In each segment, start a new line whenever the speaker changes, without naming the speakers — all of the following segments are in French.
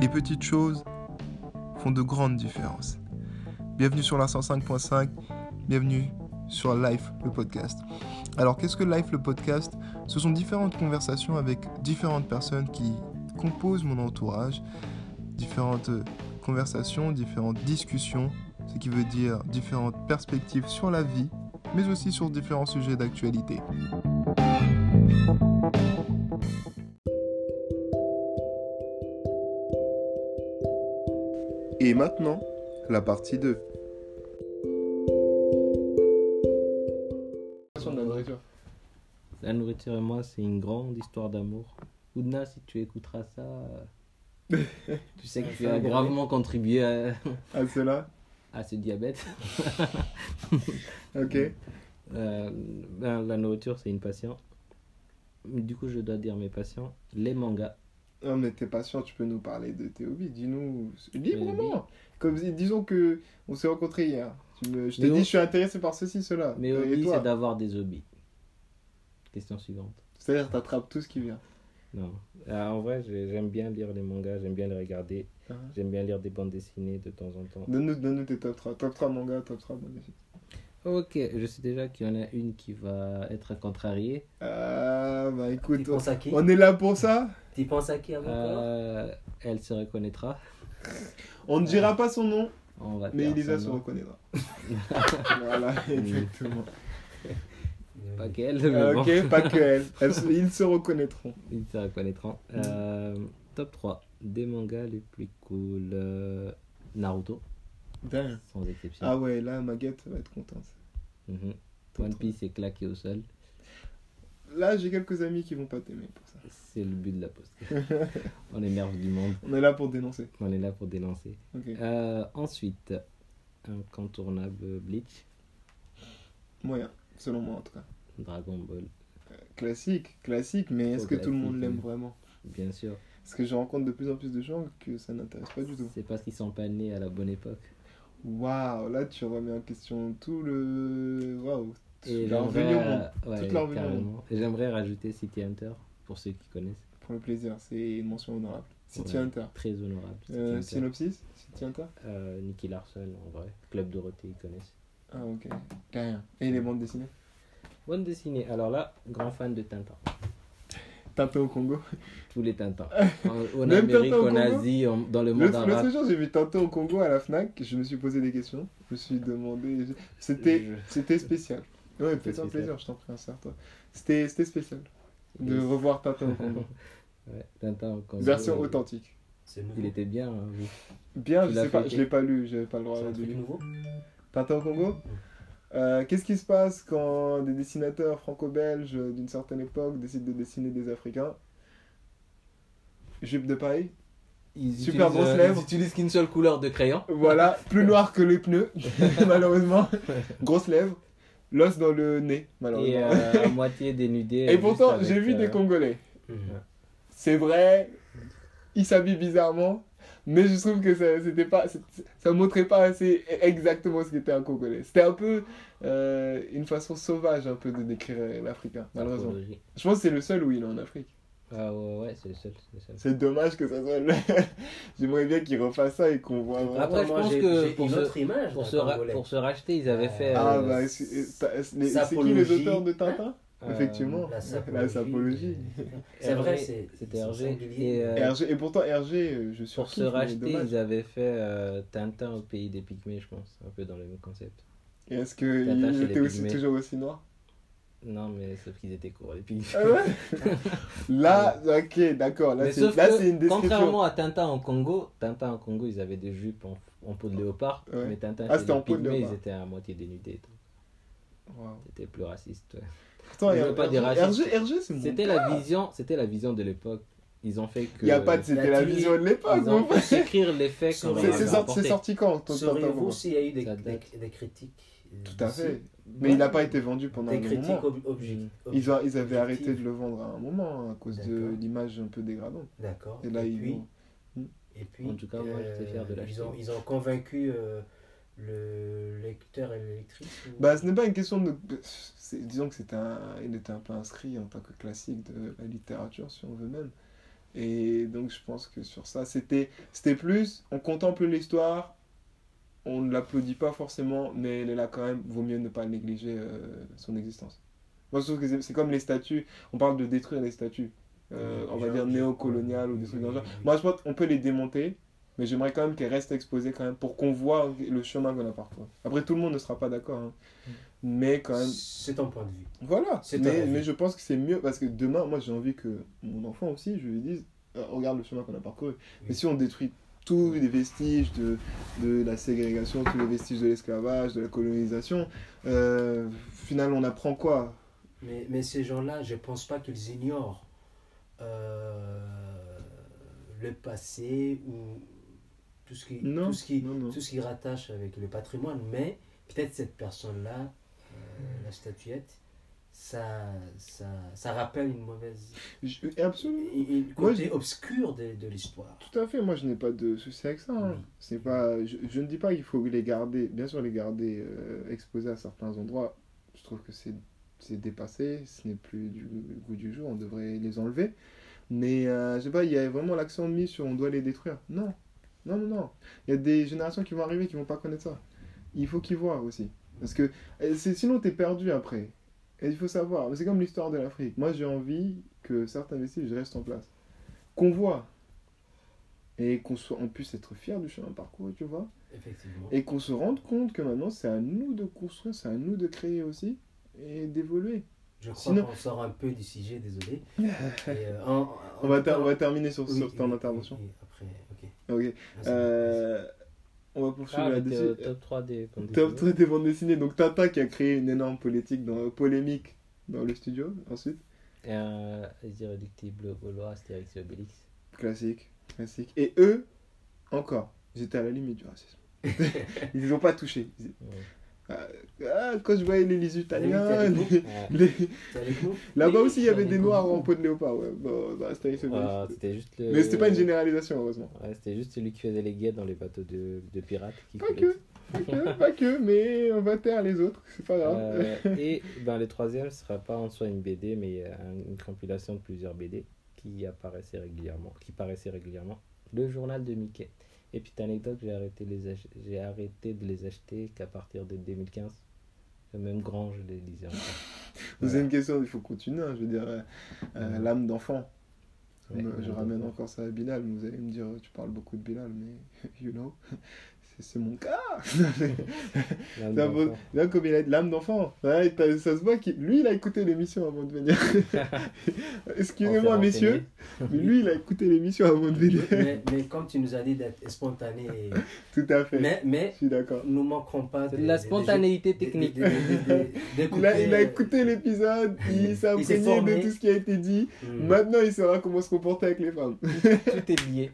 Les petites choses font de grandes différences. Bienvenue sur la 105.5, bienvenue sur Life le podcast. Alors qu'est-ce que Life le podcast Ce sont différentes conversations avec différentes personnes qui composent mon entourage, différentes conversations, différentes discussions, ce qui veut dire différentes perspectives sur la vie, mais aussi sur différents sujets d'actualité. Et maintenant, la partie 2.
de la nourriture.
La nourriture et moi, c'est une grande histoire d'amour. Oudna, si tu écouteras ça, euh, tu sais que tu as gravement contribué à,
Ah, c'est là
à ce diabète.
Ok.
Euh, ben, la nourriture, c'est une passion. Du coup, je dois dire mes passions, les mangas.
Non, mais t'es patient, tu peux nous parler de tes hobbies. Dis-nous librement. Comme, si- disons que on s'est rencontrés hier. Tu me- je t'ai
Mais
dit,
on-
je suis intéressé par ceci, cela.
Mes
Euh, et
hobbies,
toi
c'est d'avoir des hobbies. Question suivante.
C'est-à-dire, t'attrapes tout ce qui vient.
Non. Euh, en vrai, j'ai- j'aime bien lire les mangas, j'aime bien les regarder,
Ah.
j'aime bien lire des bandes dessinées de temps en temps.
Donne-nous donne tes top 3. Top 3 manga, top 3 manga.
Ok, je sais déjà qu'il y en a une qui va être contrariée.
Ah, bah
Tu
écoute, on,
penses à qui
on est là pour ça.
Tu penses à qui avant toi
Euh, elle se reconnaîtra.
On ne dira pas son nom,
On va
mais
faire
Elisa se
son nom.
reconnaîtra. voilà, exactement.
Pas qu'elle, mais
Euh,
bon,
ok, pas que elle. Elles se- Ils se reconnaîtront.
ils se
Mm.
reconnaîtront. Euh, top 3 des mangas les plus cool. euh, Naruto,
Dingue.
sans exception.
Ah ouais, là, Maguette va être contente.
Mhm.
Top
One
trois.
Piece est claqué au sol.
Là, j'ai quelques amis qui vont pas t'aimer pour ça.
C'est le but de la poste. on émerge du monde,
On est là pour dénoncer.
on est là pour dénoncer.
Ok.
Euh, ensuite, incontournable Bleach,
Moyen, selon moi en tout cas.
Dragon Ball,
Classique, classique, mais est-ce
Trop
que tout le monde
classique,
l'aime
oui.
vraiment
bien sûr.
Parce que je rencontre de plus en plus de gens que ça n'intéresse pas du tout.
C'est parce qu'ils sont pas nés à la bonne époque.
Waouh, là tu remets en question tout le. Waouh.
Et
Toute leur
j'aimerais,
venue au monde.
euh, ouais,
Toute leur venue au
carrément. Et J'aimerais rajouter City Hunter, pour ceux qui connaissent.
Pour le plaisir, c'est une mention honorable. City
Ouais.
Hunter.
Très honorable. City
Euh,
Hunter.
synopsis City Hunter
Euh, Nicky Larson, en vrai. Club Dorothée, ils connaissent.
Ah ok. Rien. Et les bandes dessinées
Bonne dessinée. Alors là, grand fan de Tintin.
Tintin au Congo.
Tous les Tintins. En, en
Même
Amérique,
Tintin au
en
Congo
Asie, en- dans le monde
L'autre l'autre
arabe.
jour, j'ai vu Tintin au Congo à la Fnac, je me suis posé des questions, je me suis demandé. je- C'était
Je-
c'était spécial. Ouais, fais-toi
spécial.
plaisir, je t'en prie, insère-toi. C'était c'était spécial de
Yes.
revoir Tintin au Congo.
Ouais, Tintin au Congo.
Version
il-
authentique.
C'est nouveau.
Il était bien. hein, oui.
Bien,
Tu
je
l'as
sais pas,
fait-
je l'ai pas lu, j'avais pas le droit
C'est un
de
truc
lire.
nouveau.
Tintin au Congo Euh, Qu'est-ce qui se passe quand des dessinateurs franco-belges d'une certaine époque décident de dessiner des Africains Jupe de Paris,
Ils
Super
utilisent,
grosses
euh,
lèvres.
Ils utilisent qu'une seule couleur de crayon.
Voilà, plus noir que les pneus, malheureusement. Grosses lèvres, l'os dans le nez,
Et
malheureusement.
euh, à moitié dénudé.
Et,
juste
pourtant,
avec,
j'ai vu
euh,
des Congolais.
Mhm.
C'est vrai, ils s'habillent bizarrement, mais je trouve que ça c'était pas, c'est- ça montrait pas assez exactement ce qu'était un Congolais. C'était un peu euh, une façon sauvage un peu de décrire l'Africain, malheureusement.
apologie.
Je pense que c'est le seul où il est en Afrique.
Ah ouais, ouais, c'est le seul. c'est le seul.
C'est dommage que ça soit le... J'aimerais bien qu'il refasse ça et qu'on voit vraiment...
Après, je
Moi,
pense
j'ai-
que
j'ai
pour
une
ce-
autre image.
Pour
d'un
se, ra-
Congolais.
pour se racheter, ils avaient fait.
Ah
euh,
bah, c'est c'est- les- c'est qui les
sapologie.
auteurs de Tintin
euh,
Effectivement,
la sapologie.
la sapologie.
C'est vrai,
Hergé.
c'est.
C'était
ils sont
Hergé.
singuliers.
Et, euh,
Hergé- Et pourtant, Hergé, euh, je suis
Pour se racheter, ils avaient fait euh, Tintin au pays des pygmées, je pense, un peu dans le même concept.
Et est-ce qu'il
Tintin chez les
était aussi,
pygmées.
toujours aussi noir
Non, mais sauf qu'ils étaient courts, les pygmées.
Ah ouais Là, ok, d'accord. Là,
mais
c'est
sauf
là,
que,
c'est une description.
contrairement à Tintin en Congo, Tintin en Congo, ils avaient des jupes en, en peau de léopard,
Ah, Ouais.
mais Tintin
Ah,
chez
c'était en
les
peau de
pygmées,
léopard.
ils étaient à moitié dénudés. donc
Wow.
C'était plus raciste. ouais.
Pourtant,
Je veux pas dire raciste.
Hergé, Hergé, c'est mon.
C'était la vision, c'était la vision de l'époque. Ils ont fait que.
Il n'y a pas de. C'était
La
la
télé-
vision de l'époque,
Ils ont
mon frère.
fait écrire les faits
C'est-
qu'on leur
C'est
avait
sorti, c'est
apportés.
sorti quand ton Tintin au
Sauriez-vous
Congo
s'il y a eu des,
Ça
des,
date.
des critiques euh,
Tout à
dessus
fait. Mais il n'a pas été vendu pendant un
Des critiques
moment.
ob- obje-
Ils, ont- ils avaient
objectives.
arrêté de le vendre à un moment hein, à cause de
D'accord.
l'image un peu dégradante.
D'accord.
Et là, ils
puis,
l'ont-
Et puis, euh,
En tout cas, moi, j'étais fier de l'acheter.
Ils ont, ils ont convaincu euh, le lecteur et l'électrice. ou-
Bah, ce n'est pas une question de. c'est- Disons que c'était un... il était un peu inscrit en tant que classique de la littérature, si on veut même.
Et donc je pense que sur ça, c'était c'était plus, on contemple l'histoire, on ne l'applaudit pas forcément, mais elle est là quand même, vaut mieux ne pas négliger euh, son existence. Moi je trouve que c'est- c'est comme les statues, on parle de détruire les statues, euh,
Oui,
on va
déjà, Mm.
dire
oui.
néocoloniales ou des trucs dans le genre.
Oui, oui, oui.
Moi je pense qu'on peut les démonter, mais j'aimerais quand même qu'elles restent exposées quand même pour qu'on voit le chemin qu'on a parcouru. Après tout le monde ne sera pas d'accord, hein. mais quand même...
C'est ton point de vue.
Voilà.
C'est un
Mais,
rêve.
mais je pense que c'est mieux parce que demain, moi, j'ai envie que mon enfant aussi, je lui dise euh, regarde le chemin qu'on a parcouru. Mais
Oui.
si on détruit tous les vestiges de, de la ségrégation, tous les vestiges de l'esclavage, de la colonisation, euh, finalement, on apprend quoi
Mais, mais ces gens-là, je pense pas qu'ils ignorent euh, le passé ou tout ce qui,
Non,
tout ce qui,
non, non.
tout ce qui rattache avec le patrimoine. Mais peut-être cette personne-là, euh, la statuette, ça, ça, ça rappelle une mauvaise.
Je- et Absolument.
une- une
Moi,
côté obscur de, de l'histoire.
Tout à fait, moi je n'ai pas de souci avec ça. hein.
Oui.
C'est pas, je, je ne dis pas qu'il faut les garder, bien sûr les garder euh, exposés à certains endroits. Je trouve que c'est c'est dépassé, ce n'est plus du goût du jour, on devrait les enlever. Mais euh, je sais pas, il y a vraiment l'accent mis sur on doit les détruire. Non, non, non, non. Il y a des générations qui vont arriver qui vont pas connaître ça. Il faut qu'ils voient aussi. Parce que euh, c'est- sinon t'es perdu après. Et il faut savoir, c'est comme l'histoire de l'Afrique. Moi j'ai envie que certains vestiges restent en place. Qu'on voit, et qu'on soit, on puisse être fier du chemin parcouru, tu vois,
Effectivement.
et qu'on se rende compte que maintenant c'est à nous de construire, c'est à nous de créer aussi et d'évoluer.
Je crois
Sinon-
qu'on sort un peu du sujet, désolé. Et, euh, en- en-
On va,
tout
ter-
cas-
on va terminer sur,
Oui,
sur ton
oui,
intervention.
oui, après, ok.
Ok.
Vas-y,
Euh, on va poursuivre
Ah, euh, mais t'es
là-dessus.
au top 3 des bandes
Top
dessinées.
3 des bandes dessinées. Donc Tata qui a créé une énorme politique dans, euh, polémique dans le studio. Ensuite,
Euh, Les Irréductibles, Gaulois, Astérix et Obélix.
classique, classique. Et eux, encore, ils étaient à la limite du racisme. ils les ont pas touchés. Ils-
Ouais.
Ah, quand je voyais les, les Italiens,
Limite,
les-
Ouais.
les,
T'es avec nous
Là-bas
Oui,
aussi, il y avait
j'en ai
des noirs
connu.
en peau de léopard, ouais. Bon, bah, c'était c'est
Ah,
bien.
c'était juste le...
Mais c'était pas une généralisation, heureusement.
Ouais, c'était juste celui qui faisait les guets dans les bateaux de, de pirates. Qui
Pas
coulaient.
que, pas que, Euh, pas que, mais on va taire les autres, c'est pas grave.
Euh, et ben, le troisième sera pas en soi une BD, mais il y a un- une compilation de plusieurs BD qui apparaissaient régulièrement, qui paraissaient régulièrement. Le journal de Mickey. Et petite anecdote, j'ai arrêté, les ach- j'ai arrêté de les acheter qu'à partir de 2015. Le même grand, je les lisais encore.
Deuxième question, il faut continuer, hein, je veux dire, euh, euh, l'âme d'enfant.
Ouais,
Comme, euh, je
l'âme
ramène
d'enfant.
encore ça à Bilal, vous allez me dire, euh, tu parles beaucoup de Bilal, mais you know, c'est- c'est mon cas.
L'âme
Là,
d'enfant.
là, comme il a de l'âme d'enfant, Ouais, t'as- ça se voit qu'il lui, il a écouté l'émission avant de venir. Excusez-moi,
Enfer
messieurs, mais lui, il a écouté l'émission avant de venir.
mais, mais comme tu nous as dit d'être spontané, et-
Tout à fait,
mais, mais
je suis d'accord.
nous manquerons pas
C'est de la spontanéité
des-
technique.
des- des- des- des-
Il a, il a
d'écouter,
écouté l'épisode, il s'est
euh, Il s'est
imprégné de
formé.
tout ce qui a été dit.
euh, hmm.
Maintenant, il saura comment se comporter avec les femmes.
Tout est lié.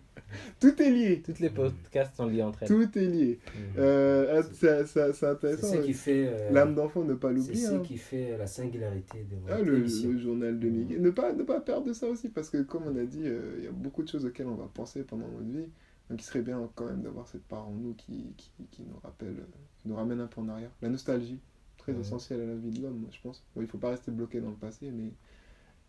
Tout est lié.
Toutes les podcasts sont liés entre elles.
Tout est lié. Euh, ah, ça- ça- c'est
mm. C'est
intéressant.
ce qui fait, euh,
L'âme d'enfant, ne pas
c'est
l'oublier.
ce
hein.
qui fait la singularité de
Ah,
votre
le,
émission. Mm.
le journal de Miguel. Ne pas, ne pas perdre de ça aussi, parce que comme on a dit, euh, il y a beaucoup de choses auxquelles on va penser pendant notre vie. Donc il serait bien quand même d'avoir cette part en nous qui, qui, qui nous rappelle, euh, qui nous ramène un peu en arrière. La nostalgie, très
Ouais.
essentielle à la vie de l'homme, moi, je pense. Bon, il faut pas rester bloqué dans le passé, mais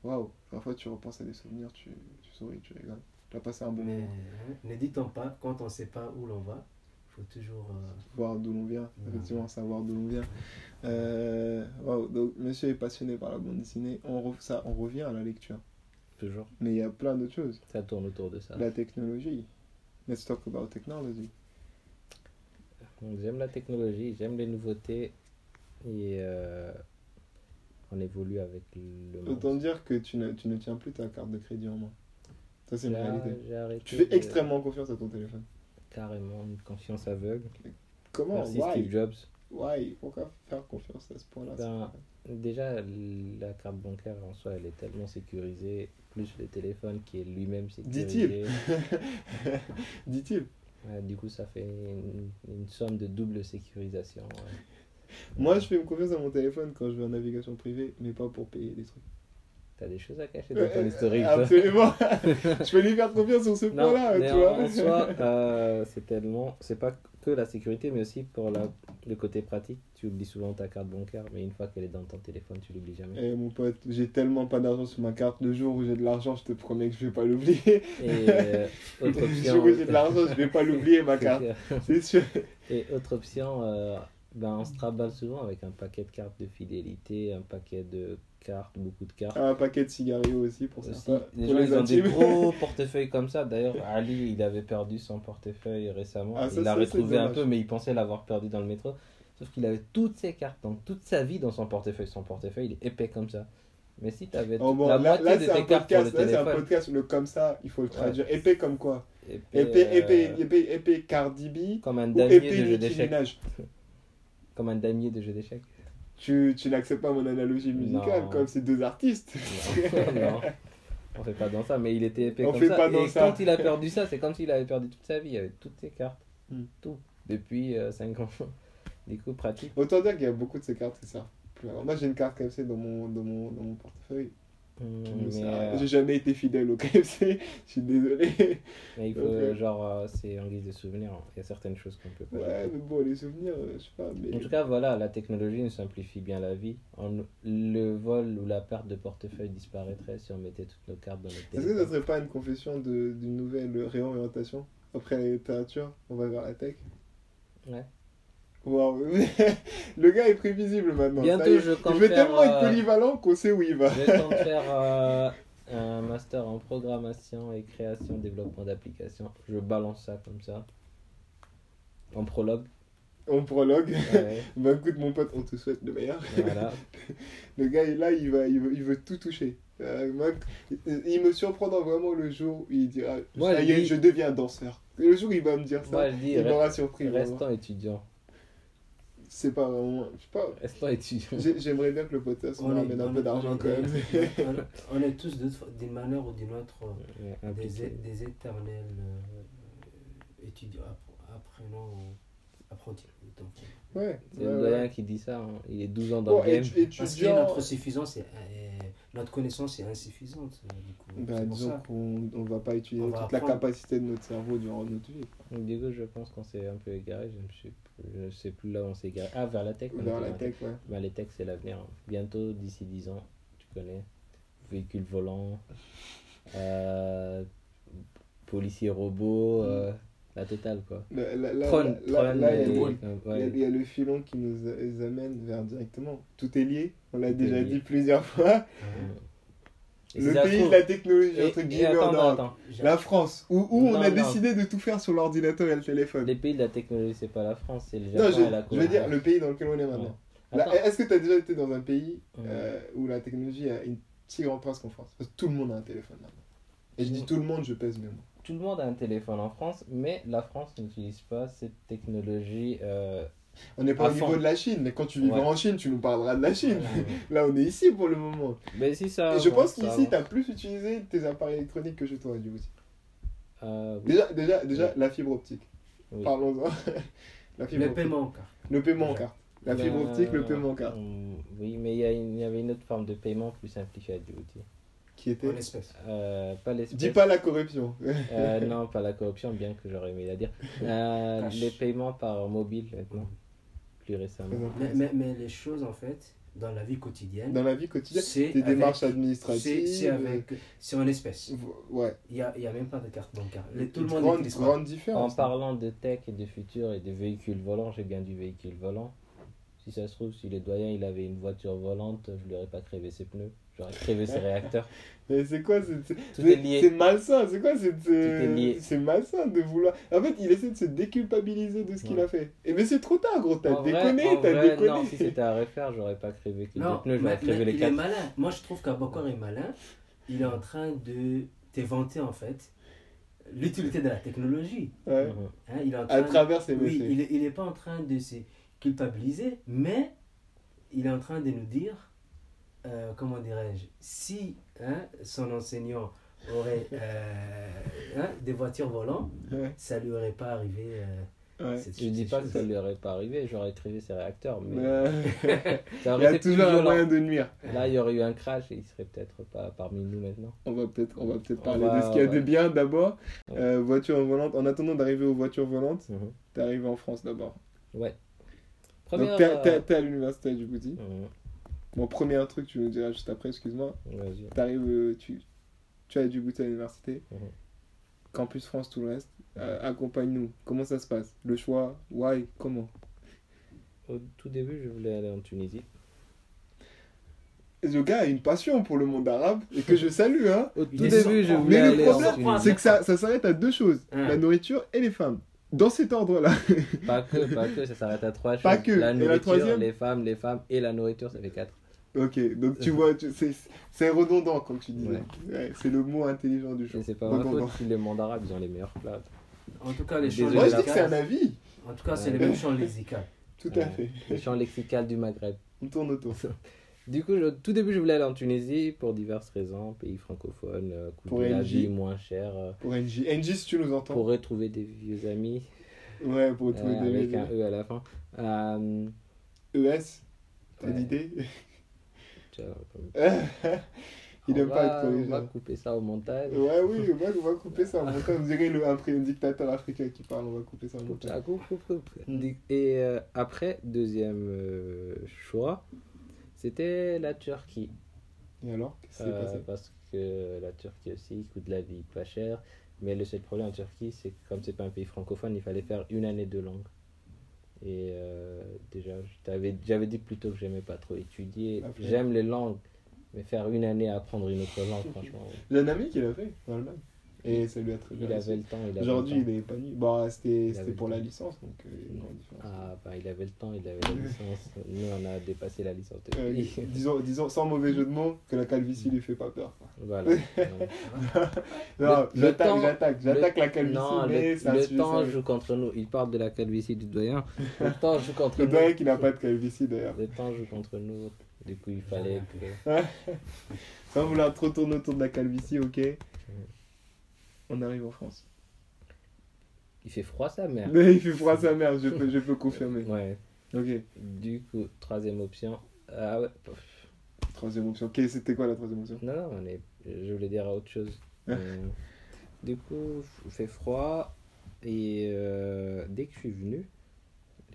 waouh, parfois tu repenses à des souvenirs, tu, tu souris, tu rigoles. Tu as passé un bon
Mais
moment,
hein, ne dit-on pas, quand on ne sait pas où l'on va, il faut toujours. euh,
voir d'où l'on vient,
Ouais.
effectivement, savoir d'où l'on vient. Euh, waouh, donc monsieur est passionné par la bande dessinée, on, re- ça, on revient à la lecture.
Toujours.
Mais il y a plein d'autres choses.
Ça tourne autour de ça.
La technologie. Let's talk about technology.
Donc, J'aime la technologie, j'aime les nouveautés et euh, on évolue avec le monde.
Autant dire que tu ne, tu ne tiens plus ta carte de crédit en main. Ça, c'est une
Là,
réalité.
j'ai arrêté
Tu fais
de-
extrêmement confiance à ton téléphone.
carrément une confiance aveugle.
Comment
Merci Steve
Oh, Why
Jobs.
Why Pourquoi faire confiance à ce point-là
Ben, Déjà, la carte bancaire en soi, elle est tellement sécurisée, plus le téléphone qui est lui-même sécurisé.
Dit-il.
Ouais, du coup, ça fait une, une somme de double sécurisation. ouais.
Moi, je fais confiance à mon téléphone quand je vais en navigation privée, mais pas pour payer des trucs.
T'as des choses à cacher dans ton historique.
ah,
toi.
Absolument. je peux lui faire confiance sur ce
Non,
point-là,
mais
tu
en,
vois.
en soi, euh, c'est tellement. C'est pas que la sécurité, mais aussi pour la, le côté pratique. Tu oublies souvent ta carte bancaire, mais une fois qu'elle est dans ton téléphone, tu l'oublies jamais.
Eh mon pote, j'ai tellement pas d'argent sur ma carte. Le jour où j'ai de l'argent, je te promets que je vais pas l'oublier.
Et euh, autre
Le
option.
jour où j'ai de hein. l'argent, je vais pas l'oublier ma
c'est
carte.
sûr.
C'est sûr.
Et autre option, euh, ben on se traballe souvent avec un paquet de cartes de fidélité, un paquet de cartes, beaucoup de cartes.
Ah, Un paquet de cigarillos aussi pour
Aussi,
certains.
les
pour
gens, ils ont des
intimes.
gros portefeuilles comme ça. D'ailleurs, Ali, il avait perdu son portefeuille récemment.
Ah, ça,
il l'a
ça, c'est
retrouvé un
dommage.
peu, mais il pensait l'avoir perdu dans le métro. Sauf qu'il avait toutes ses cartes, donc toute sa vie dans son portefeuille. Son portefeuille, il est épais comme ça. Mais si tu avais
Oh, bon,
la
là,
moitié
là,
de
c'est un
tes cartes sur le
podcast, là c'est un
téléphone,
podcast, le comme ça, il faut le
Ouais.
traduire. Épais comme quoi
épais,
Épais,
euh,
épais, épais, épais Cardi B
comme un
ou
damier
épais
de jeu
Nicki
d'échecs.
Minaj
Comme un damier de jeu d'échecs.
Tu, tu n'acceptes pas mon analogie musicale,
Non.
comme ces deux artistes.
non, on fait pas dans ça, mais il était épais
On
comme
fait
ça.
pas dans
et
ça.
quand il a perdu ça, c'est comme s'il avait perdu toute sa vie, avec toutes ses cartes,
Hmm.
tout, depuis 5 ans. Du coup, pratique.
Autant dire qu'il y a beaucoup de ces cartes qui servent plus à rien. Moi j'ai une carte KFC dans mon, dans mon, dans mon portefeuille.
Hmm,
qui me
Mais,
sert à rien.
euh,
J'ai jamais été fidèle au KFC, je suis désolé.
mais il faut,
Ok.
euh, genre, euh, c'est en guise de souvenir, hein. il y a certaines choses qu'on peut pas.
Ouais, mais bon, les souvenirs, euh, je sais pas. Mais...
En tout cas, voilà, la technologie nous simplifie bien la vie. On- le vol ou la perte de portefeuille disparaîtrait si on mettait toutes nos cartes dans notre
Est-ce que ça
téléphone.
serait pas une confession de- d'une nouvelle réorientation Après la littérature, on va vers la tech
Ouais.
Waouh Le gars est prévisible maintenant. ça y
Bientôt,
est.
je
Il
compte
veut
faire,
tellement être
euh,
polyvalent qu'on sait où il va.
Je compte faire euh, un master en programmation et création, développement d'applications. Je balance ça comme ça. En prologue. Ah
On prologue.
Ouais,
Bah écoute, mon pote, on te souhaite le meilleur.
voilà.
Le gars est là, il, va, il, veut, il veut tout toucher. Euh, moi, il il me surprendra vraiment le jour où il dira
Moi,
Ça
je
y est,
dis-
je deviens danseur. Le jour où il va me dire ça,
Moi, je dis,
il
re-
m'aura surpris. vraiment.
restons étudiants.
C'est pas vraiment. Je sais pas.
Restons étudiants.
J'ai- J'aimerais bien que le podcast
Oh,
me
est-
ramène un
on
peu
est- on
d'argent
est-
quand même.
on- on est tous d'autres- d'une manière ou d'une autre euh,
Ouais,
des, é-
impliqués.
des éternels euh, étudiants, appre- apprenants, ou apprentis. donc.
Ouais.
C'est
ouais,
le
ouais.
doyen qui dit ça. hein. Il est 12 ans dans
Bon,
le game.
étu-
Parce que
étudiant.
notre suffisance, est- est- notre connaissance est insuffisante. euh, Du coup,
Bah,
c'est pour
disons
ça.
qu'on on va pas utiliser
On
toute
va
la
apprendre.
capacité de notre cerveau durant notre vie.
Donc, du coup, je pense qu'on s'est un peu égaré. Je ne sais, plus- je ne sais plus là où on s'est égaré. Ah, vers la tech. on
Vers
était
la
dans-
tech, ouais.
Bah, les techs, c'est l'avenir. hein. Bientôt, d'ici 10 ans, tu connais. Véhicules volants, euh, policiers robots, euh, la totale quoi.
Là, là, là,
Tron,
là- là,
Tron,
là, il y a
et-
le-
euh,
il y a-
ouais.
il y, a le filon qui nous a- les amène vers directement. Tout est lié, on l'a
Tout
déjà
est lié.
dit plusieurs fois.
Hein?
Et
le
si ça se
pays de
trouve-
la technologie,
et-
entre
et
guillemets,
attends,
en
attends,
Europe.
attends.
J'ai-
La France, où, où on
Non,
a
non.
décidé de tout faire sur l'ordinateur et le téléphone.
Les pays de la technologie, c'est pas la France, c'est le Japon
Non, je,
et la
je veux
Corée.
dire le pays dans lequel on est maintenant.
Ouais.
Là,
Attends.
Est-ce que tu as déjà été dans un pays
Ouais.
euh, où la technologie a une si grande place qu'en France Parce que tout le monde a un téléphone maintenant. Et je dis tout le monde, je pèse mes mots.
Tout le monde a un téléphone en France, mais la France n'utilise pas cette technologie. euh,
On n'est pas
À
au niveau
fond.
de la Chine, mais quand tu vivras
Ouais.
en Chine, tu nous parleras de la Chine. Là, on est ici pour le moment.
Mais si
Ah
ça.
Et je pense
avance, ça
qu'ici, tu
avance.
as plus utilisé tes appareils électroniques que chez toi à Djibouti.
Euh, oui,
Déjà, déjà, déjà
Oui.
la fibre optique.
oui.
Parlons-en. la
Le
fibre optique.
paiement en carte.
Le paiement en carte. La
Ben,
fibre optique, le paiement en carte.
euh, Oui, mais il y, a une- il y avait une autre forme de paiement plus simplifiée à Djibouti.
Qui était.
En espèces.
Euh, pas l'espèce.
Dis pas la corruption.
Euh, non, pas la corruption, bien que j'aurais aimé la dire. Euh,
Cash.
les paiements par mobile maintenant, plus récemment.
Mais, mais- mais les choses, en fait, dans la vie quotidienne,
Dans la vie quotidienne,
c'est
des
avec-
démarches
c'est-
administratives.
c'est avec- c'est en espèces.
euh, Ouais.
Il n'y a, il y a même pas de carte bancaire. Les- tout le
Une
monde
grande,
utilise pas.
grande
En
différence.
parlant de tech et de futur et de véhicules volants, j'ai bien du véhicule volant. Si ça se trouve, si le doyen il avait une voiture volante, je lui aurais pas crévé ses pneus, j'aurais crévé ses réacteurs.
Mais c'est quoi c'est- c'est-
Tout
c'est-
est lié.
C'est malsain, c'est quoi cette-
est lié.
C'est malsain de vouloir. En fait, il essaie de se déculpabiliser de ce qu'il
Ouais.
a fait. Et mais c'est trop tard, gros. T'as
En vrai-
déconné,
en
t'as
vrai, Non, si
déconné.
c'était à refaire, j'aurais pas crévé que les
Non,
pneus, j'aurais
mais- mais
crévé les
il est
quatre.
malin. Moi, je trouve qu'Abakor est malin. Il est en train de t'éventer, en fait, l'utilité de la technologie.
Ouais.
Mhm.
Hein, il est en
À
train
travers ces
Oui,
métiers.
il est- il n'est pas en train de se culpabiliser, mais il est en train de nous dire, euh, comment dirais-je, si hein, son enseignant aurait euh, hein, des voitures volantes,
Ouais.
ça lui aurait pas arrivé euh,
Ouais.
C'est-
Je dis
c'est
pas que
chose.
ça leur est pas arrivé, j'aurais trouvé ces réacteurs, mais
Mais-
ça
Il y
aurait
a
été plus
toujours un
violent.
moyen de nuire.
Là, il y aurait eu un crash et ils seraient peut-être pas parmi nous maintenant.
On va peut-être on va peut-être
On
parler
va-
de ce qu'il y a de
ouais.
bien d'abord.
Ouais.
Euh, voiture volante. En attendant d'arriver aux voitures volantes, t'es arrivé en France d'abord.
Ouais.
Donc
Première.
t'es à- t'es à-
euh,
t'es à l'université à Djibouti.
mhm,
Mon premier truc, tu me diras juste après, excuse-moi.
vas-y.
T'arrives, euh, tu, tu as Djibouti à l'université.
Mhm.
Campus France, tout le reste. Euh, Accompagne-nous. Comment ça se passe Le choix Why Comment
Au tout début, je voulais aller en Tunisie.
Et Le gars a une passion pour le monde arabe et que je salue, hein.
Au
tout est début, sur- je voulais
Mais le aller en
Tunisie.
C'est que ça, ça s'arrête à deux choses
Mm.
Ouais.
la nourriture et les femmes. Dans cet ordre-là.
Pas que, pas que, ça s'arrête à trois choses.
Pas que,
La
et la
nourriture,
troisième
les femmes, les femmes et la nourriture, ça fait quatre.
ok, donc
Mm.
tu vois, tu- c'est c'est redondant comme tu disais. Ouais, c'est le mot intelligent du jour.
Et c'est pas ma
Redondant.
faute si les mondes arabes, ils ont les meilleurs plats.
En tout cas, les champs
Désolé,
Moi je dis que
lexicales-
c'est un avis.
En tout cas, c'est
Ouais.
les mêmes champs lexicales.
Tout à
Ouais.
fait.
Le champ lexical du Maghreb.
On tourne autour.
Du coup, je- au tout début, je voulais aller en Tunisie pour diverses raisons. Pays francophone, euh, coût
Pour
de la
NJ.
vie moins cher. euh,
Pour NJ. NJ, si tu nous entends.
pour retrouver des vieux amis
Ouais, pour
euh,
tous les
avec
deux.
un E à la fin. Euh,
ES, E t'as
Ouais.
l'idée
tu vois, comme-
Il
on
aime pas
va,
être
On va
corrigé.
couper ça au montage.
Ouais, oui, on va, on va couper ça. On, va, on dirait le, un, pré- un dictateur africain qui parle, on va couper ça. en
Coupe
montage.
ça, coupe, coupe, coupe.
Mm.
Et euh, après, deuxième euh, choix, c'était la Turquie.
Et alors, qu'est-ce qui s'est
Euh,
passé
parce que la Turquie aussi coûte de la vie pas cher. Mais le seul problème en Turquie, c'est que comme c'est pas un pays francophone, il fallait faire une année de langue. Et euh, déjà, je t'avais- j'avais dit plutôt que j'aimais pas trop étudier.
Après.
J'aime les langues, mais faire une année à apprendre une autre langue, franchement,
J'ai un ami qui l'a fait en Allemagne. Et ça lui a très bien
il avait
réussi.
le temps. il avait le
Aujourd'hui,
temps.
il est pas nu. Bon, c'était
Il
c'était
avait
pour
le
la
temps.
licence, donc euh, il y a une grande différence.
Ah, bah, il avait le temps, il avait la licence. Nous, on a dépassé la licence
Euh,
depuis.
disons, disons, sans mauvais jeu de mots, que la calvitie lui fait pas peur. quoi.
voilà.
Non,
le
j'attaque,
temps-
j'attaque, j'attaque la calvitie,
Non,
mais c'est
le,
un
le
sujet
temps
sérieux.
joue contre nous. Il parle de la calvitie du doyen. Le temps joue contre
Le doyen
nous.
qui n'a pas de calvitie d'ailleurs.
Le temps joue contre nous. Du coup, il fallait que.
Sans vouloir trop tourner autour de la calvitie, ok. On arrive en France.
Il fait froid, sa mère.
Mais il fait froid sa mère, je peux, je peux confirmer.
Ouais.
Ok,
Du coup, troisième option. Ah ouais. pff.
troisième option. Ok, c'était quoi la troisième option
Non, non, on est... je voulais dire autre chose. Euh, du coup, il fait froid. Et euh, dès que je suis venu,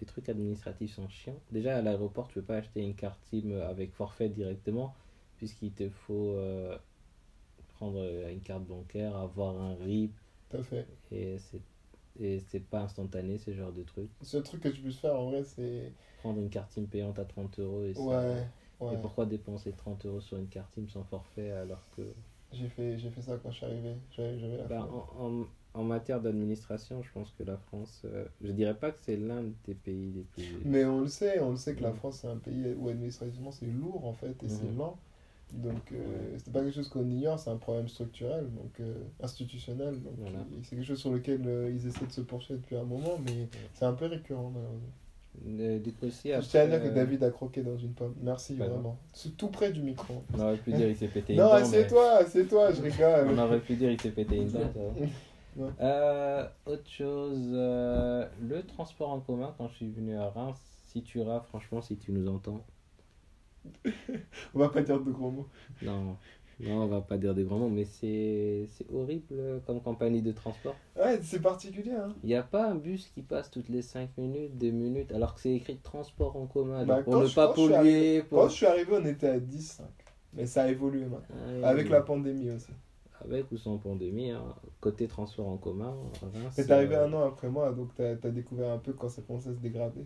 les trucs administratifs sont chiants. Déjà, à l'aéroport, tu peux pas acheter une carte SIM avec forfait directement, puisqu'il te faut euh, prendre une carte bancaire, avoir un RIP,
Tout à fait.
et c'est et c'est pas instantané ce genre de truc.
Ce truc que tu peux faire en vrai, c'est.
Prendre une carte SIM payante à 30 euros et ça- Et pourquoi dépenser 30 euros sur une carte SIM sans forfait alors que.
J'ai fait, j'ai fait ça quand je suis arrivé. J'avais
Bah, en, en- en matière d'administration, je pense que la France. euh, je dirais pas que c'est l'un des pays les plus.
Mais on le sait, on le sait que la
Mhm.
France c'est un pays où administrativement c'est lourd en fait et c'est
Mhm.
lent. Donc euh, c'est pas quelque chose qu'on ignore, c'est un problème structurel, donc euh, institutionnel. Donc
Voilà.
euh, c'est quelque chose sur lequel euh, ils essaient de se poursuivre depuis un moment, mais c'est un peu récurrent malheureusement.
Euh, du coup, aussi,
Je tiens à
après,
dire que
euh,
David a croqué dans une pomme. Merci
pas grave.
vraiment. C'est tout près du micro. hein.
On aurait pu dire il s'est pété une
Non,
dent.
c'est
mais
toi, c'est toi, je
On
rigole.
aurait pu dire il s'est pété une dent. ça va.
Ouais.
Euh, autre chose, euh, le transport en commun quand je suis venu à Reims, si tu ras, franchement, si tu nous entends.
On va pas dire de gros mots.
Non, non on va pas dire des grands mots, mais c'est c'est horrible euh, comme compagnie de transport.
Ouais, c'est particulier. Hein.
Il n'y a pas un bus qui passe toutes les 5 minutes, 2 minutes, alors que c'est écrit transport en commun.
Bah,
donc
quand
pour ne
je-
pas
quand je suis arrivé-
polluer. Pour...
Quand je suis arrivé, on était à 10,5. Mais ça a évolué maintenant.
Ouais,
Avec
ouais.
la pandémie aussi.
Avec ou sans pandémie, hein. côté transport en commun, Reims,
T'es arrivé
euh,
un an après moi, donc t'as as découvert un peu quand ça commençait à se dégrader.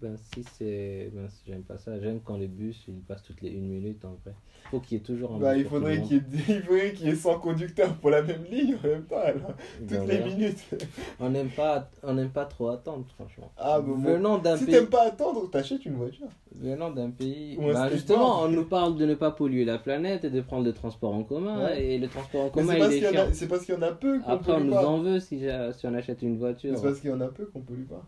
Ben si c'est... Ben, si, j'aime pas ça. J'aime quand les bus, ils passent toutes les 1 minute en vrai. Faut qu'il y ait toujours un
bah,
bus
il
pour tout
faudrait
le monde.
qu'il y, ait- il faudrait qu'il y ait 100 conducteurs pour la même ligne en même temps, alors,
Ben,
toutes les
voilà.
minutes.
On n'aime pas, on n'aime pas trop attendre, franchement.
Ah, bah, bon.
venant d'un
Si
pays,
t'aimes pas attendre, t'achètes une voiture.
venant d'un pays,
Ou un
bah,
skateboard.
justement, on nous parle de ne pas polluer la planète et de prendre le transport en commun.
Ouais.
Et le transport en
Mais
commun,
c'est parce
il
qu'il y
est
en
cher.
a- c'est parce qu'il y en a peu qu'on
Après, on
pollue
nous
pas.
en veut si, j'a- si on achète une
Mais
voiture.
C'est parce qu'il y en a peu qu'on pollue pas.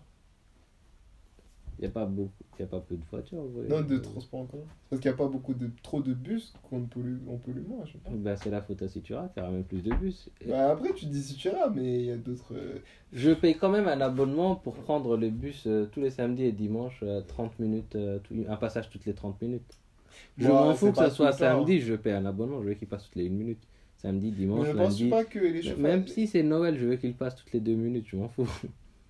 Il n'y a pas beaucoup, il y a pas peu de voitures. vous voyez.
Non, de transport en commun. Parce qu'il n'y a pas beaucoup de trop de bus qu'on pollue, on pollue moins, je pense.
Bah, c'est la faute à Citura, qui aura même plus de bus. Et
Bah, après, tu te dis si tu iras, mais il y a d'autres. euh,
Je paye quand même un abonnement pour prendre le bus euh, tous les samedis et dimanches, euh, 30 minutes, euh, tout- un passage toutes les 30 minutes. Je
Ouais,
m'en
c'est
fous que ça
pas
soit
tout le temps.
samedi, hein, je paye un abonnement, je veux qu'il passe toutes les 1 minute. Samedi,
Mais
dimanche,
ne penses-tu
lundi.
pas que les chauffeurs.
Même si c'est Noël, je veux qu'il passe toutes les 2 minutes, je m'en fous.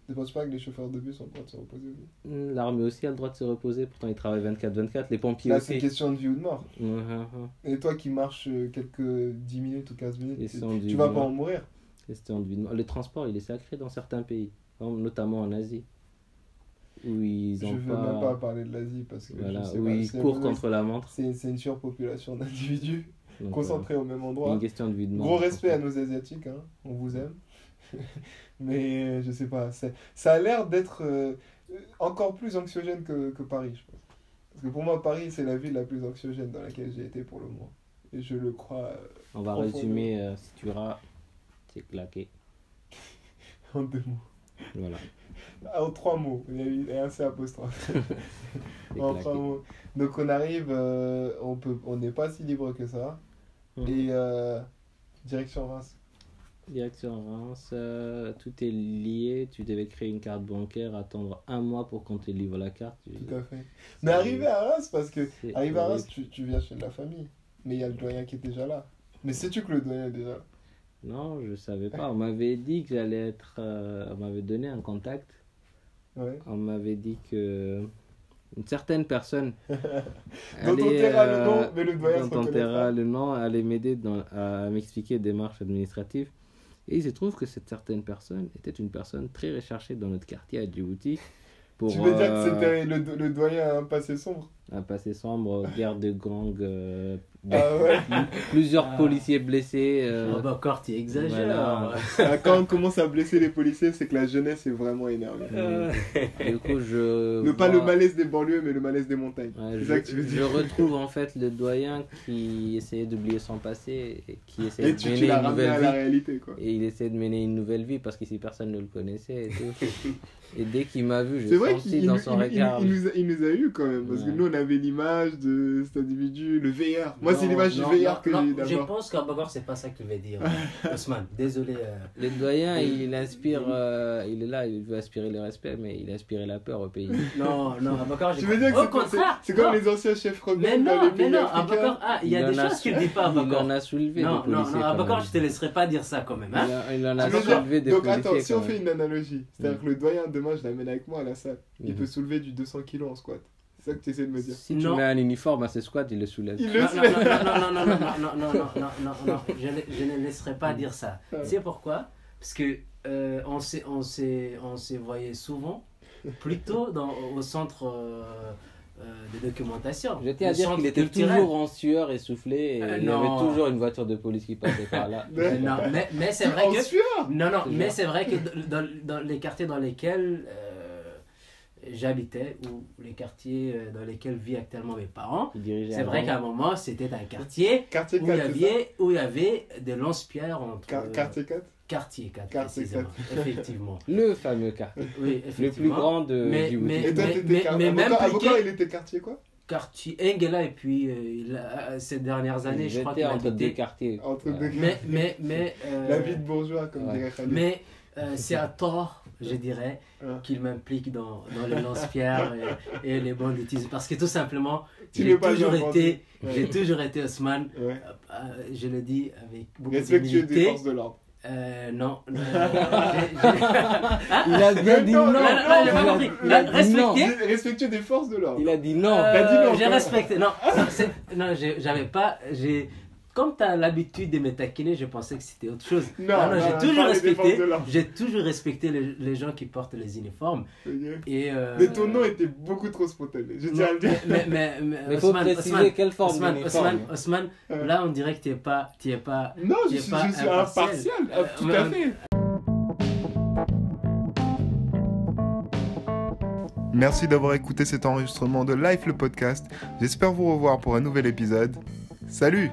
Ne penses-tu pas que les chauffeurs de bus ont le droit de se reposer aussi
L'armée aussi a le droit de se reposer, pourtant ils travaillent 24-24, les pompiers
Là, c'est une
aussi.
question de vie ou de mort.
Hum, hum, hum.
Et toi qui marches euh, quelques 10 minutes ou 15
Ils
minutes, tu-
sont
tu,
du
vas pas
moins.
en mourir.
Question de vie de mort. Le transport, il est sacré dans certains pays, hein, notamment en Asie. Où ils
Je
ont
veux
pas...
même pas parler de l'Asie parce que
Voilà,
je sais
où
pas,
ils
c'est-
courent contre la montre.
C'est c'est une surpopulation d'individus
Donc,
concentrés au même
euh,
endroit.
une question de vie de mort.
Gros respect à nos Asiatiques, hein, on vous aime. Mais euh, je sais pas, c'est- ça a l'air d'être euh, encore plus anxiogène que, que Paris, je pense. Parce que pour moi, Paris, c'est la ville la plus anxiogène dans laquelle j'ai été pour le moment. Et je le crois euh,
On va
profondément.
résumer euh, si tu iras, c'est claqué.
en deux mots.
Voilà.
Ah, En trois mots, il y a eu- et un C apostrophe.
c'est
En
claqué.
trois mots. Donc on arrive, euh, on peut, on n'est pas si libre que ça.
Mhm.
Et euh, direction Reims.
Direction Reims, euh, tout est lié. Tu devais créer une carte bancaire, attendre un mois pour qu'on te livre la carte.
Tout à fait. Mais arrivé à Reims, parce que
C'est
Arrive à
horrible.
Reims, tu, tu viens chez de la famille. Mais il y a le doyen qui est déjà là. Mais sais-tu que le doyen est déjà là
Non, je savais pas. On m'avait dit que j'allais être. euh, on m'avait donné un contact.
Ouais.
On m'avait dit que. Une certaine personne.
Dont on
allait,
taira le
euh,
nom, mais le doyen se
dont on taira
reconnaîtra.
le nom, allait m'aider dans- à m'expliquer des démarches administratives. Et il se trouve que cette certaine personne était une personne très recherchée dans notre quartier à Djibouti pour
Tu veux dire
euh,
que c'était le, do- le doyen a un passé sombre
un passé sombre, guerre de gang, euh,
Ah ouais
plusieurs
Ah.
policiers blessés. euh,
Ah bah encore, tu exagères. hein.
voilà.
Ah, Quand on commence à blesser les policiers, c'est que la jeunesse est vraiment énervée.
Euh,
Du coup, je.
Ne pas le
vois-
malaise des banlieues, mais le malaise des montagnes.
Ouais,
c'est
je,
ça que tu veux
je
dire
retrouve en fait le doyen qui essayait d'oublier son passé et qui essayait
Et
de
tu, tu
mener
l'as
une
ramené à
nouvelle
la
vie.
réalité, quoi.
Et il essayait de mener une nouvelle vie parce qu'ici personne ne le connaissait et tout. et dès qu'il m'a vu, je
C'est vrai
senti
qu'il il-
dans son
il- il-
regard.
il nous, a- il nous a eu quand même, parce que
Ouais.
nous on avait l'image de cet individu, le veilleur. Moi c'est
Non,
l'image du
non,
veilleur
non,
que
non,
j'ai eu
Je
d'abord.
pense qu'Abakar, c'est pas ça que tu veux dire. Ousmane, désolé. euh,
Le doyen, il inspire, euh, il est là, il veut aspirer le respect, mais il aspirait la peur au pays.
Non, non, Abakar, j'ai
Tu veux dire
Au
que c'est- c'est-
contraire
c'est comme
non.
les anciens chefs
Mais
rebelles dans les
non, mais
pays
non,
africains
Abakar, ah, il y a
en
des choses qu'il ne dit pas,
Il
Abakar.
en a soulevé
Non,
des
non,
policiers.
non, ah,
quand
Abakar,
même.
je te laisserai pas dire ça quand même. Hein
Il en- il en a
Tu veux dire-
soulevé des
Donc
policiers.
attends, si on
quand
fait
même.
une analogie, c'est-à-dire
Mhm.
que le doyen, demain, je l'amène avec moi à la salle. Il
Mhm.
peut soulever du 200 kg en squat. C'est ça que tu essaies de me dire.
Si tu
Non.
mets un uniforme à ce squad, il le soulève.
Il
Non,
le soulève.
non, non, non, non, non, non, non, non, non, non, non, non, je, ne- je ne laisserai pas dire ça.
Ouais.
Tu sais pourquoi Parce que euh, on s'est, on s'est, on s'est voyé souvent, plutôt dans, au centre euh, euh, de documentation.
Je tiens à
Le
dire
centre
qu'il était
culturel.
toujours en sueur et soufflé et
Euh,
il y
non.
avait toujours une voiture de police qui passait par là. Euh,
Mais-
Non, mais, mais c'est
Tu-
vrai
en
que.
sueur
Non, non,
C'est
mais
vrai.
c'est vrai que dans, dans- dans les quartiers dans lesquels euh, j'habitais, ou les quartiers euh, dans lesquels vivent actuellement mes parents,
Il dirigeait
c'est
un
vrai
van.
qu'à un moment, c'était un quartier
Quartier
où il y
4, c'est ça
avait, où il y avait des lance-pierres entre.
Quar- Quartier 4
Quartier 4,
Quartier
précisément. Effectivement.
Le fameux quartier.
Oui,
Le plus
effectivement.
grand de
Mais-
Djibouti.
mais-
Et toi,
mais-
t'étais quartier.
mais même
Avocat,
Piquet-
avocat, il était quartier quoi
Quartier Engela, et puis euh, il a- ces dernières années, je crois qu'il
J'étais
a
entre deux
habité.
quartiers.
Entre
Ouais.
deux
Mais, mais, mais. euh,
La vie de bourgeois, comme
Ouais.
dirait Khalid.
Mais euh, c'est à tort, je dirais,
Ouais.
qu'il m'implique dans, dans les lance-pierres et, et les banditismes. Parce que tout simplement,
Tu
j'ai
n'es pas
toujours,
un bandit.
été-
Ouais.
j'ai toujours été Osman.
Ouais.
euh, euh, je le dis avec beaucoup
Respectueux des
d'humilité.
forces de l'ordre.
Euh, non. non, j'ai- j'ai- Ah.
Il a bien
Mais
dit
non,
non.
non, non,
Il a-
j'ai pas
compris.
il a dit
Respectez.
non.
Qui
Respectueux des forces de l'ordre.
Il a dit non.
Euh,
T'as dit non, bah,
J'ai
quand même.
respecté. Non, non, c'est- non, j'ai- j'avais pas. J'ai comme t'as l'habitude de me taquiner, je pensais que c'était autre chose.
Non, non,
j'ai
non,
toujours
parler des forces
respecté.
de l'ordre.
J'ai toujours respecté les, les gens qui portent les uniformes.
Ok.
Et euh,
Mais ton nom était beaucoup trop spontané, je tiens à le dire.
Mais mais mais,
Mais il faut
Osman, Osman,
préciser quelle forme
Osman, Osman,
d'uniforme.
Osman,
Euh.
là on dirait que t'es pas, t'y es pas.
Non,
Il
je
est
suis,
pas
je suis
impartial.
impartial,
Euh,
tout
mais-
à fait. Merci d'avoir écouté cet enregistrement de Life le podcast. J'espère vous revoir pour un nouvel épisode. Salut